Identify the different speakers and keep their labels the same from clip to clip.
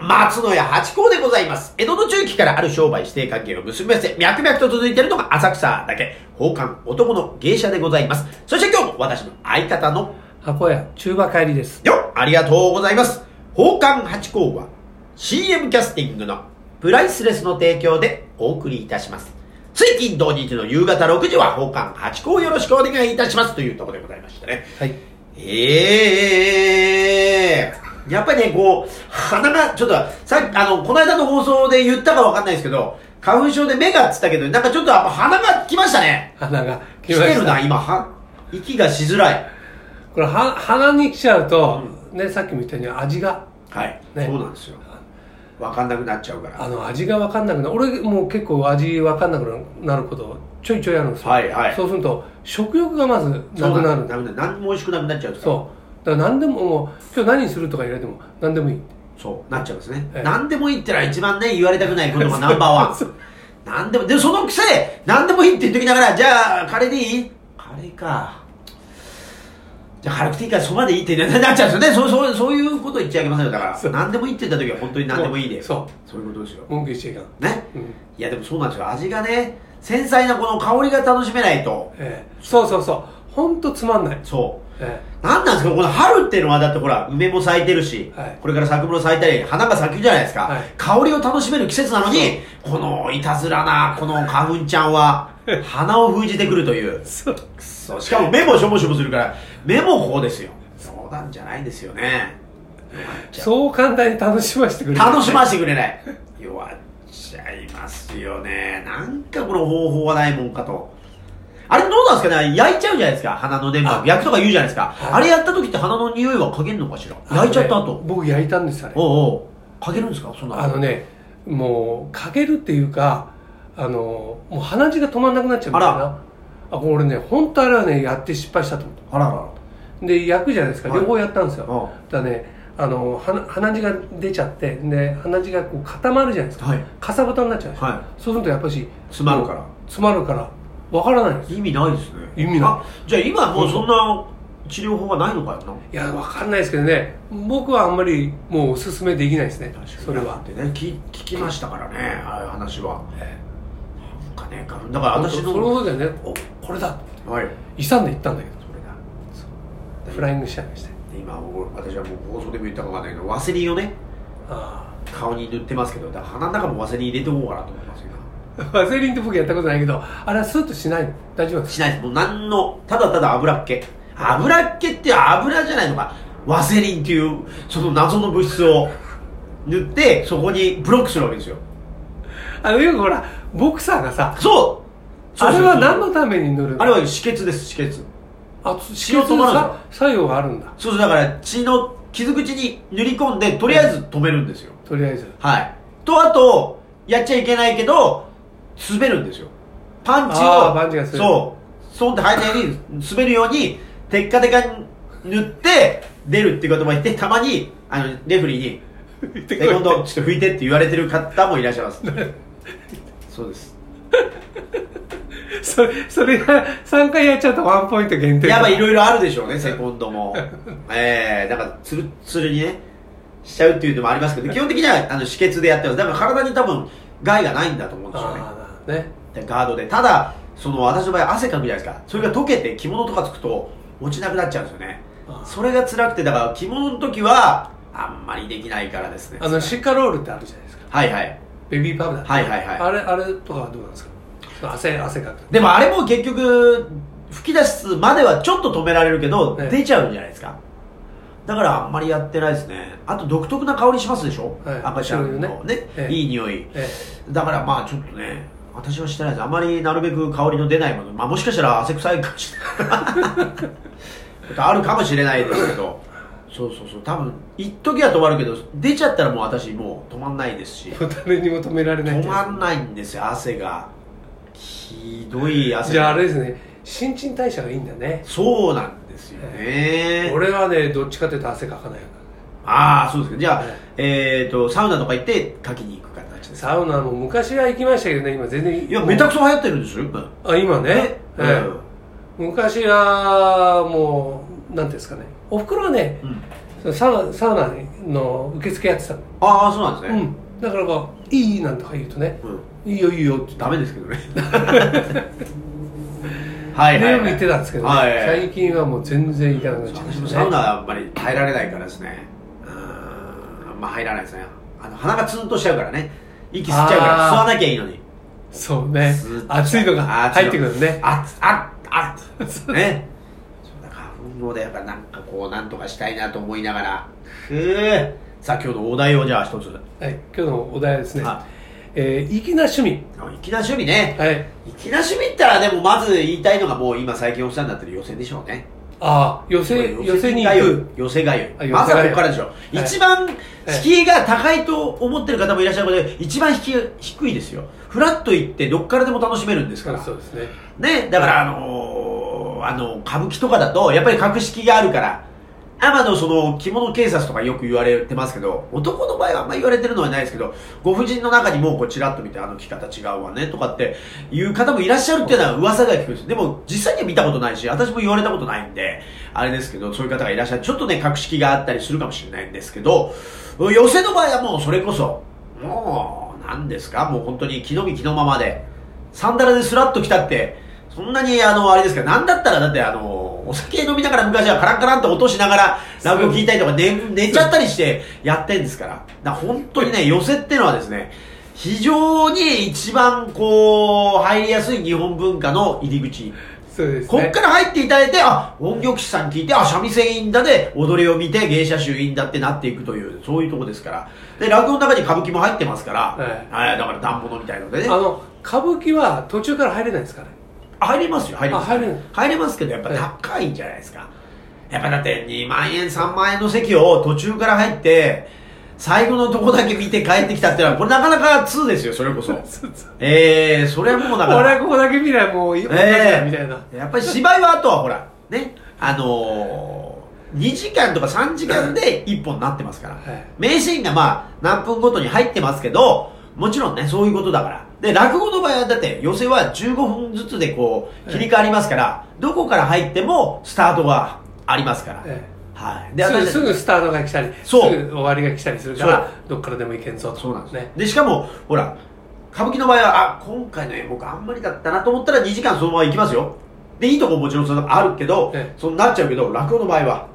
Speaker 1: 松野屋八甲でございます。江戸の中期からある商売指定関係を結びまして、脈々と続いているのが浅草だけ、宝冠男の芸者でございます。そして今日も私の相方の、
Speaker 2: 箱屋中馬帰りです
Speaker 1: よっありがとうございます。宝冠八甲は CM キャスティングのプライスレスの提供でお送りいたします。つい金土日の夕方6時は宝冠八甲よろしくお願いいたしますというところでございましたね。
Speaker 2: はい
Speaker 1: ええやっぱりね、こう、鼻が、ちょっと、さっき、あの、この間の放送で言ったかわかんないですけど、花粉症で目がっつったけど、なんかちょっとやっぱ鼻が来ましたね。
Speaker 2: 鼻が
Speaker 1: 来てるな、今、は、息がしづらい。
Speaker 2: これは鼻に来ちゃうと、ねさっきも言ったように味が
Speaker 1: はい。
Speaker 2: ね
Speaker 1: そうなんですよ。わかんなくなっちゃうから。
Speaker 2: あの味が分かんなくなる俺もう結構味分かんなくなることちょいちょいあるんですよ、
Speaker 1: はいはい
Speaker 2: そうすると食欲がまずなくなるんだ
Speaker 1: なくなる。何も美味しくなくなっちゃうう。
Speaker 2: そうだから何でももう今日何するとか言われても何でもいい
Speaker 1: そう、なっちゃうんですね。
Speaker 2: ええ
Speaker 1: 何でもいいってのは一番ね、言われたくない言 葉ナンバーワン。何でも、で、そのくせ、何でもいいって言っときながら、じゃあ、カレーでいいカレーか。じゃあ、辛くていいから、そばでいいってななっちゃうんですよね。そう、そう、そういうこと言っちゃいけませんよ。だから、
Speaker 2: そう
Speaker 1: 何でもいいって言った時は本当に何でもいいで。。
Speaker 2: そう
Speaker 1: そういうことですよ。
Speaker 2: 文句言っちゃいかん、
Speaker 1: ね。
Speaker 2: うん
Speaker 1: いや、でもそうなんですよ。味がね、繊細なこの香りが楽しめないと。
Speaker 2: ええそうそうそう本当つまんない、
Speaker 1: そう。
Speaker 2: え
Speaker 1: なんなんですかこの春っていうのはだってほら梅も咲いてるし、
Speaker 2: はい
Speaker 1: これから桜も咲いたり花が咲くじゃないですか、
Speaker 2: はい
Speaker 1: 香りを楽しめる季節なのにこのいたずらなこの花粉ちゃん は鼻を封じてくるという
Speaker 2: えそう
Speaker 1: くそしかも目もしょぼしょぼするから目もこうですよそうなんじゃないですよね
Speaker 2: そう簡単に楽しませてくれる
Speaker 1: 楽しませてくれない弱っちゃいますよねなんかこの方法はないもんかとあれどうなんですかね焼いちゃうじゃないですか鼻の粘膜焼くとか言うじゃないですか、
Speaker 2: はい
Speaker 1: あれやった時って鼻の匂いはかけるのかしら焼いちゃった
Speaker 2: あのね
Speaker 1: 後
Speaker 2: 僕焼いたんですあれ
Speaker 1: おうおうかけるんですかそんな
Speaker 2: あのねもうかけるっていうかあのもう鼻血が止まんなくなっちゃうんだよ
Speaker 1: あ
Speaker 2: なあこれね本当あれはねやって失敗したと思
Speaker 1: あらら
Speaker 2: うで焼くじゃないですか、
Speaker 1: はい
Speaker 2: 両方やったんですよ
Speaker 1: おう
Speaker 2: だからねあの鼻鼻血が出ちゃってで鼻血がこう固まるじゃないですか、
Speaker 1: はい
Speaker 2: かさぶたになっちゃうでしょ、
Speaker 1: は
Speaker 2: そうするとやっぱし
Speaker 1: い詰まるから
Speaker 2: 詰まるからわからないんです
Speaker 1: 意味ないですね
Speaker 2: 意味ない
Speaker 1: あじゃあ今もうそんな治療法はないのかよない
Speaker 2: やわかんないですけどね僕はあんまりもうおすすめできないですね
Speaker 1: 確かに
Speaker 2: それは
Speaker 1: ってね聞聞きましたからねああいう話は
Speaker 2: え
Speaker 1: なんかねだから私
Speaker 2: それ
Speaker 1: の
Speaker 2: ほどでねおこれだ
Speaker 1: はい
Speaker 2: 勇んで行ったんだけ
Speaker 1: それだ
Speaker 2: どフライングしちゃいました
Speaker 1: 今僕私はもう放送でも言ったかわかんないけどワセリンをね
Speaker 2: あ
Speaker 1: 顔に塗ってますけどだから鼻の中もワセリン入れておこうかなと思ってますけど
Speaker 2: あ ワセリンって僕やったことないけどあれはスーッとしないの大丈夫です
Speaker 1: しないですもう何のただただ油っ気油っ気って油じゃないのかワセリンっていうその謎の物質を塗ってそこにブロックするわけですよ
Speaker 2: あのよくほらボクサーがさ
Speaker 1: そう
Speaker 2: あれは何
Speaker 1: の
Speaker 2: のために塗るの
Speaker 1: あれは止血です止血
Speaker 2: あ
Speaker 1: 血を止まらない
Speaker 2: さ作用があるんだ
Speaker 1: そうそうだから血の傷口に塗り込んでとりあえず止めるんですよ
Speaker 2: とりあえず
Speaker 1: はい。と、あと、やっちゃいけないけど、滑るんですよ。パンチ
Speaker 2: あ
Speaker 1: を、
Speaker 2: ーパンチが滑る
Speaker 1: そう、そうって履いたように滑るように、テッカテカに塗って、出るっていうことも言って、たまに、あの、レフェリーに、テコンドーちょっと拭いてって言われてる方もいらっしゃいます。そうです。
Speaker 2: それそれが3回やっちゃうとワンポイント限定
Speaker 1: やっぱい
Speaker 2: い
Speaker 1: ろいろあるでしょうね、セコンドも。ええだから、つるっつるにね、しちゃうっていうのもありますけど、基本的には、あの、止血でやってます。だから体に多分、害がないんだと思うんですよね。
Speaker 2: ああね
Speaker 1: でガードでただその私の場合汗かくじゃないですかそれが溶けて着物とかつくと落ちなくなっちゃうんですよね
Speaker 2: あー
Speaker 1: それが辛くてだから着物の時はあんまりできないからですね
Speaker 2: あのシッカロールってあるじゃないですか
Speaker 1: はいはい
Speaker 2: ベビーパウダー
Speaker 1: はいはいは
Speaker 2: あれあれとかはどうなんですかその汗汗かく
Speaker 1: いでもあれも結局吹き出すまではちょっと止められるけど、
Speaker 2: ええ
Speaker 1: 出ちゃうんじゃないですかだからあんまりやってないですねあと独特な香りしますでしょ、
Speaker 2: はい
Speaker 1: 赤ちゃん
Speaker 2: そ
Speaker 1: の
Speaker 2: う
Speaker 1: ね
Speaker 2: いうねええ
Speaker 1: いい匂い
Speaker 2: え
Speaker 1: だからまあちょっとね私はしてないですあまりなるべく香りの出ないもの、まあ、もしかしたら汗臭いかもしれない ことあるかもしれないですけどそうそうそう多分一時は止まるけど出ちゃったらもう私もう止まんないですし
Speaker 2: えもう誰にも止められないって
Speaker 1: 止
Speaker 2: やつ
Speaker 1: まんないんですよ汗がひどい汗が
Speaker 2: じゃああれですね新陳代謝がいいんだね
Speaker 1: そうなんですよね
Speaker 2: 俺はねどっちかというと汗かかないよ
Speaker 1: ああそうですかじゃあ、
Speaker 2: はい
Speaker 1: えっ、とサウナとか行ってかきに行く形です
Speaker 2: サウナも昔は行きましたけどね今全然
Speaker 1: いやめちゃくちゃ流行ってるんですよ今
Speaker 2: あ今ね、ええ
Speaker 1: うん
Speaker 2: 昔はもうなんていうんですかねおふくろはね
Speaker 1: うん
Speaker 2: そのサウサウナの受付やってたの、
Speaker 1: ああそうなんです
Speaker 2: う
Speaker 1: ね
Speaker 2: ん、だからこう「いい」なんとか言うとね
Speaker 1: うん、
Speaker 2: 「いいよいいよ」って
Speaker 1: ダメですけどね はいはい、
Speaker 2: よく
Speaker 1: は
Speaker 2: 言
Speaker 1: い、
Speaker 2: ってたんですけどね、
Speaker 1: はいはい
Speaker 2: 最近はもう全然行かなくなっちゃいま
Speaker 1: 私も
Speaker 2: し
Speaker 1: サ
Speaker 2: た
Speaker 1: ウナ
Speaker 2: ね
Speaker 1: はあんまり耐えられないからですねうーんあんま入らないですねあの鼻がツンとしちゃうからね息吸っちゃうから吸
Speaker 2: あー
Speaker 1: わなきゃいいのに
Speaker 2: そうね
Speaker 1: ずっと
Speaker 2: 暑いのが入ってくるね
Speaker 1: あっあっあっねそうだから運動でやっぱなんかこうなんとかしたいなと思いながらへえさあ今日のお題をじゃあ一つ、
Speaker 2: はい、今日のお題はですね
Speaker 1: は
Speaker 2: 「えー粋な趣味
Speaker 1: い粋な趣味ね」
Speaker 2: はい
Speaker 1: 粋な趣味ったらでもまず言いたいのがもう今最近お世話になってる予選でしょうね
Speaker 2: ああ寄せ寄せに行く
Speaker 1: 寄せがゆ
Speaker 2: あ寄せがゆ
Speaker 1: まずはここからでしょ、
Speaker 2: い
Speaker 1: 一番敷居が高いと思ってる方もいらっしゃるので一番低い低いですよフラッと行ってどっからでも楽しめるんですから
Speaker 2: そうですね
Speaker 1: ね、だから、あのーあの歌舞伎とかだとやっぱり格式があるから天のその着物警察とかよく言われてますけど男の場合はあんま言われてるのはないですけどご婦人の中にもうこうちらっと見てあの着方違うわねとかっていう方もいらっしゃるっていうのは噂が聞くんですでも実際には見たことないし私も言われたことないんであれですけどそういう方がいらっしゃるちょっとね格式があったりするかもしれないんですけど寄せの場合はもうそれこそもう何ですかもう本当に気の身気のままでサンダルでスラッと来たって、そんなに、あの、あれですか、なんだったら、だって、あの、お酒飲みながら昔はカランカランって音しながら、ラブを聞いたりとか寝、寝ちゃったりしてやってんですから。だから本当にね、寄せってのはですね、非常に一番こう、入りやすい日本文化の入り口。
Speaker 2: そうです
Speaker 1: こっ
Speaker 2: ね
Speaker 1: から入っていただいて、あ、音楽師さん聞いて、あ、三味線いいんだで、踊りを見て、芸者衆いいんだってなっていくという、そういうとこですから。で、落語の中に歌舞伎も入ってますから、
Speaker 2: は
Speaker 1: はい、だから段物みたいのでね。
Speaker 2: あの歌舞伎は途中から入れないですからね
Speaker 1: 入れますよ入れます
Speaker 2: あ入れる
Speaker 1: 入れますけどやっぱ高いんじゃないですか、やっぱだって2万円3万円の席を途中から入って最後のとこだけ見て帰ってきたっていうのはこれなかなか通ですよそれ こそええー、それはもうなか
Speaker 2: 俺
Speaker 1: な
Speaker 2: は
Speaker 1: か
Speaker 2: ここだけ見りゃもういい、
Speaker 1: ええ
Speaker 2: みたいな
Speaker 1: やっぱり芝居はあとはほらねあのー、2時間とか3時間で1本になってますから、
Speaker 2: はい
Speaker 1: 名シーンがまあ何分ごとに入ってますけどもちろんねそういうことだからで落語の場合はだって寄せは15分ずつでこう切り替わりますから、どこから入ってもスタートがありますから、
Speaker 2: え
Speaker 1: はい
Speaker 2: え
Speaker 1: で私
Speaker 2: すぐすぐスタートが来たり
Speaker 1: そう
Speaker 2: すぐ終わりが来たりするからどっからでも行けんぞと
Speaker 1: そうなんです
Speaker 2: ね
Speaker 1: ねでしかもほら歌舞伎の場合はあ今回の演目あんまりだったなと思ったら2時間そのまま行きますよでいいとこももちろんそのあるけど、
Speaker 2: ええ
Speaker 1: そうなっちゃうけど落語の場合は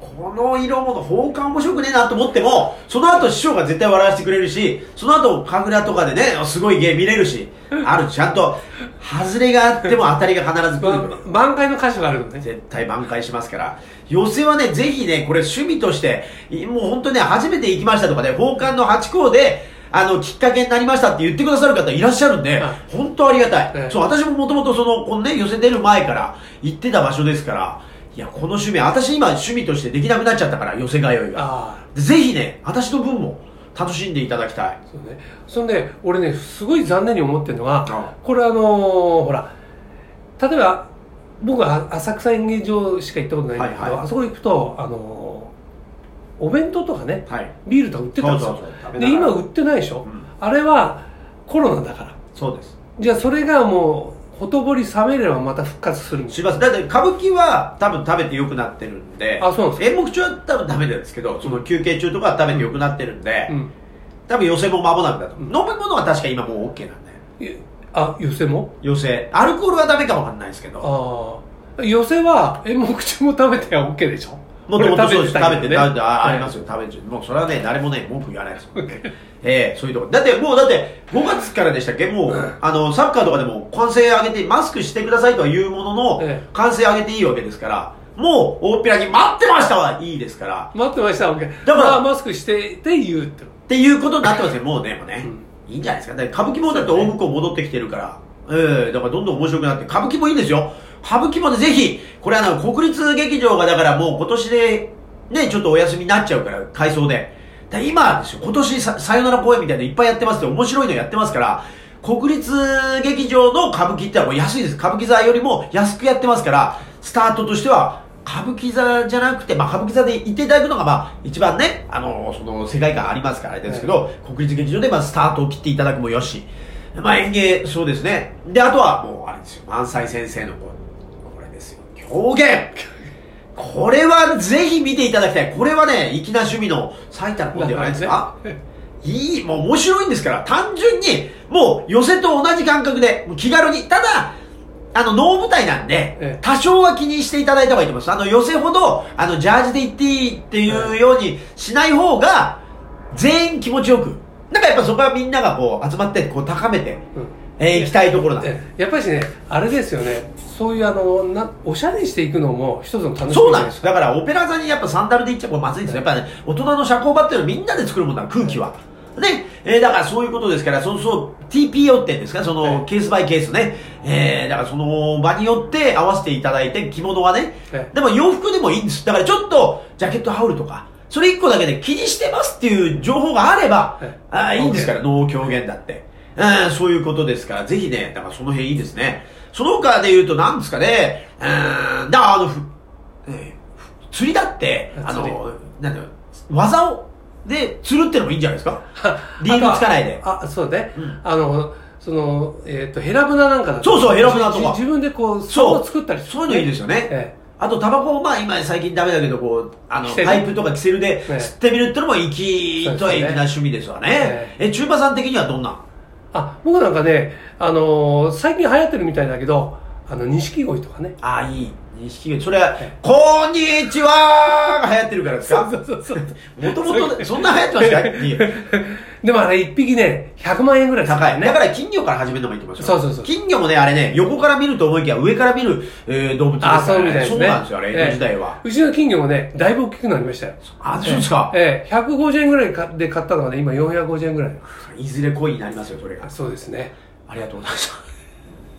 Speaker 1: この色物放火面白くねえなと思ってもその後師匠が絶対笑わせてくれるしその後神楽とかでねすごい芸見れるしあるちゃんと外れがあっても当たりが必ず来
Speaker 2: ま
Speaker 1: る
Speaker 2: 満開の箇所があるのね
Speaker 1: 絶対挽回しますから寄せはねぜひねこれ趣味としていもう本当にね初めて行きましたとかね奉還の八校であのきっかけになりましたって言ってくださる方いらっしゃるんで、
Speaker 2: はい
Speaker 1: 本当ありがたい、
Speaker 2: ええ
Speaker 1: そう私ももともとそのこのね寄せ出る前から行ってた場所ですからいやこの趣味私今趣味としてできなくなっちゃったから寄せ通いが
Speaker 2: あ
Speaker 1: でぜひね私の分も楽しんでいただきたい
Speaker 2: あそうねそんで俺ねすごい残念に思ってるのが
Speaker 1: あ
Speaker 2: これあのーほら例えば僕は浅草演芸場しか行ったことないんだけど、
Speaker 1: はいはい
Speaker 2: あそこ行くとあのーお弁当とかね
Speaker 1: はい
Speaker 2: ビールとか売ってたんですよ
Speaker 1: そうそうそう食べながら
Speaker 2: で今売ってないでしょ、
Speaker 1: うん
Speaker 2: あれはコロナだから
Speaker 1: そうです
Speaker 2: じゃあそれがもうほとぼり冷めればまた復活するんです
Speaker 1: しますだって歌舞伎は多分食べて良くなってるんで
Speaker 2: あそうなんで
Speaker 1: 演目中は多分ダメなんですけどその休憩中とかは食べて良くなってるんで、
Speaker 2: か、うん、
Speaker 1: 多分寄せも間もなくだと、
Speaker 2: うん
Speaker 1: 飲むものは確か今もう OK なんで
Speaker 2: いあ寄せも
Speaker 1: 寄せアルコールはダメかもわかんないですけど
Speaker 2: ああ寄せは演目中も食べては OK でしょ
Speaker 1: もともとそうです食べて食
Speaker 2: 俺
Speaker 1: べ
Speaker 2: け
Speaker 1: て
Speaker 2: ど
Speaker 1: あああります
Speaker 2: ね
Speaker 1: よ食べてもうそれはね誰もね文句言わないですもんね ええそういうとこだってもうだって5月からでしたっけもう、 あのサッカーとかでも歓声上げてマスクしてくださいとは言うものの、
Speaker 2: ええ
Speaker 1: 歓声上げていいわけですからもう大っぴらに待ってましたはいいですから
Speaker 2: 待ってました OK
Speaker 1: だ
Speaker 2: だ
Speaker 1: か
Speaker 2: かららマスクしてて言うって
Speaker 1: っていうことになってますね、もうね、もうね、いいんじゃないですか、だって歌舞伎もだって大向こう戻ってきてるから、ええだからどんどん面白くなって、歌舞伎もいいんですよ、歌舞伎もね、ぜひ、これあの、国立劇場がだからもう今年で、ね、ちょっとお休みになっちゃうから、改装で、だから今ですよ、今年ささよなら公演みたいなのいっぱいやってますって、面白いのやってますから、国立劇場の歌舞伎ってのはもう安いです、歌舞伎座よりも安くやってますから、スタートとしては、歌舞伎座じゃなくて、まあ、歌舞伎座でいていただくのが、まあ、一番ね、あの、その、世界観ありますから、あれですけど、国立劇場で、まあ、スタートを切っていただくもよし、まあ、演芸、そうですね。で、あとは、もう、あれですよ、満載先生の、こうこれですよ、狂言これはぜひ見ていただきたい。これはね、粋な趣味の最たるもんではないですか。いい、もう面白いんですから、単純に、もう予選と同じ感覚で、もう気軽に。ただ、あの、能舞台なんで、
Speaker 2: ええ
Speaker 1: 多少は気にしていただいた方がいいと思います。あの、寄せほど、あの、ジャージで行っていいっていうようにしない方が、全員気持ちよく。なんかやっぱそこはみんながこう、集まって、こう、高めて、
Speaker 2: うん
Speaker 1: えー行きたいところなんで。
Speaker 2: えやっぱりねあれですよねそういうあのなおしゃれにしていくのも一つの楽しみ
Speaker 1: そう
Speaker 2: じゃ
Speaker 1: ないんです。だから、オペラ座にやっぱサンダルで行っちゃこれまずいんですよ。やっぱね、大人の社交場っていうのはみんなで作るもんだから、空気は。ね、えーだからそういうことですから、そうそう、TPO って言うんですか、そ
Speaker 2: は
Speaker 1: の、
Speaker 2: い
Speaker 1: ケースバイケースね。えーだからその場によって合わせていただいて、着物はね
Speaker 2: はい。
Speaker 1: でも洋服でもいいんです。だからちょっと、ジャケット羽織るとか、それ一個だけで気にしてますっていう情報があれば
Speaker 2: はい、
Speaker 1: あーいいんですから、能狂言だって。うん、そういうことですから、ぜひね、だからその辺いいですね。その他で言うと何ですかね、うん、だからあの、ふえーふ釣りだって、あ
Speaker 2: 釣り
Speaker 1: の、なんだろう、技を、で、釣るってのもいいんじゃないですか
Speaker 2: あ
Speaker 1: リールつかないで。
Speaker 2: あそうね、
Speaker 1: うん
Speaker 2: あのそのえっ、とヘラブナなんかだと
Speaker 1: そうそうヘラブナとか
Speaker 2: じ自分でこう
Speaker 1: そう
Speaker 2: 竿を作ったり
Speaker 1: そういうのいいですよね。
Speaker 2: え
Speaker 1: あと、タバコを、まあ今最近ダメだけど、こう、あの、
Speaker 2: キセル
Speaker 1: パイプとかキセルで
Speaker 2: ええ
Speaker 1: 釣ってみるってのも粋とは粋な趣味ですわね
Speaker 2: え。
Speaker 1: え、中馬さん的にはどんな
Speaker 2: あ僕なんかねあのー最近流行ってるみたいだけどあの錦鯉とかね
Speaker 1: ああ、いい。錦鯉。それは
Speaker 2: え、
Speaker 1: こんにちはが流行ってるからですか
Speaker 2: うそうそう
Speaker 1: もともと、そんな流行ってましたっけ
Speaker 2: でもあれ一匹ね100万円ぐらいするか
Speaker 1: 高
Speaker 2: ら
Speaker 1: い。
Speaker 2: ね
Speaker 1: だから金魚から始めるのもいいと思いますよ。
Speaker 2: そうそうそう
Speaker 1: 金魚もね、あれね、横から見ると思いきや、上から見る、えー動物ですから、ね。
Speaker 2: あそうみたいですね
Speaker 1: そうなんですよ、あれ、江
Speaker 2: え
Speaker 1: 戸
Speaker 2: え
Speaker 1: 時代は。
Speaker 2: うちの金魚もねだいぶ大きくなりましたよ
Speaker 1: あ、そうですか。
Speaker 2: ええ150円ぐらいかで買ったのがね今450円ぐらい
Speaker 1: いずれ恋になりますよ、それが。
Speaker 2: そうですね
Speaker 1: ありがとうございました。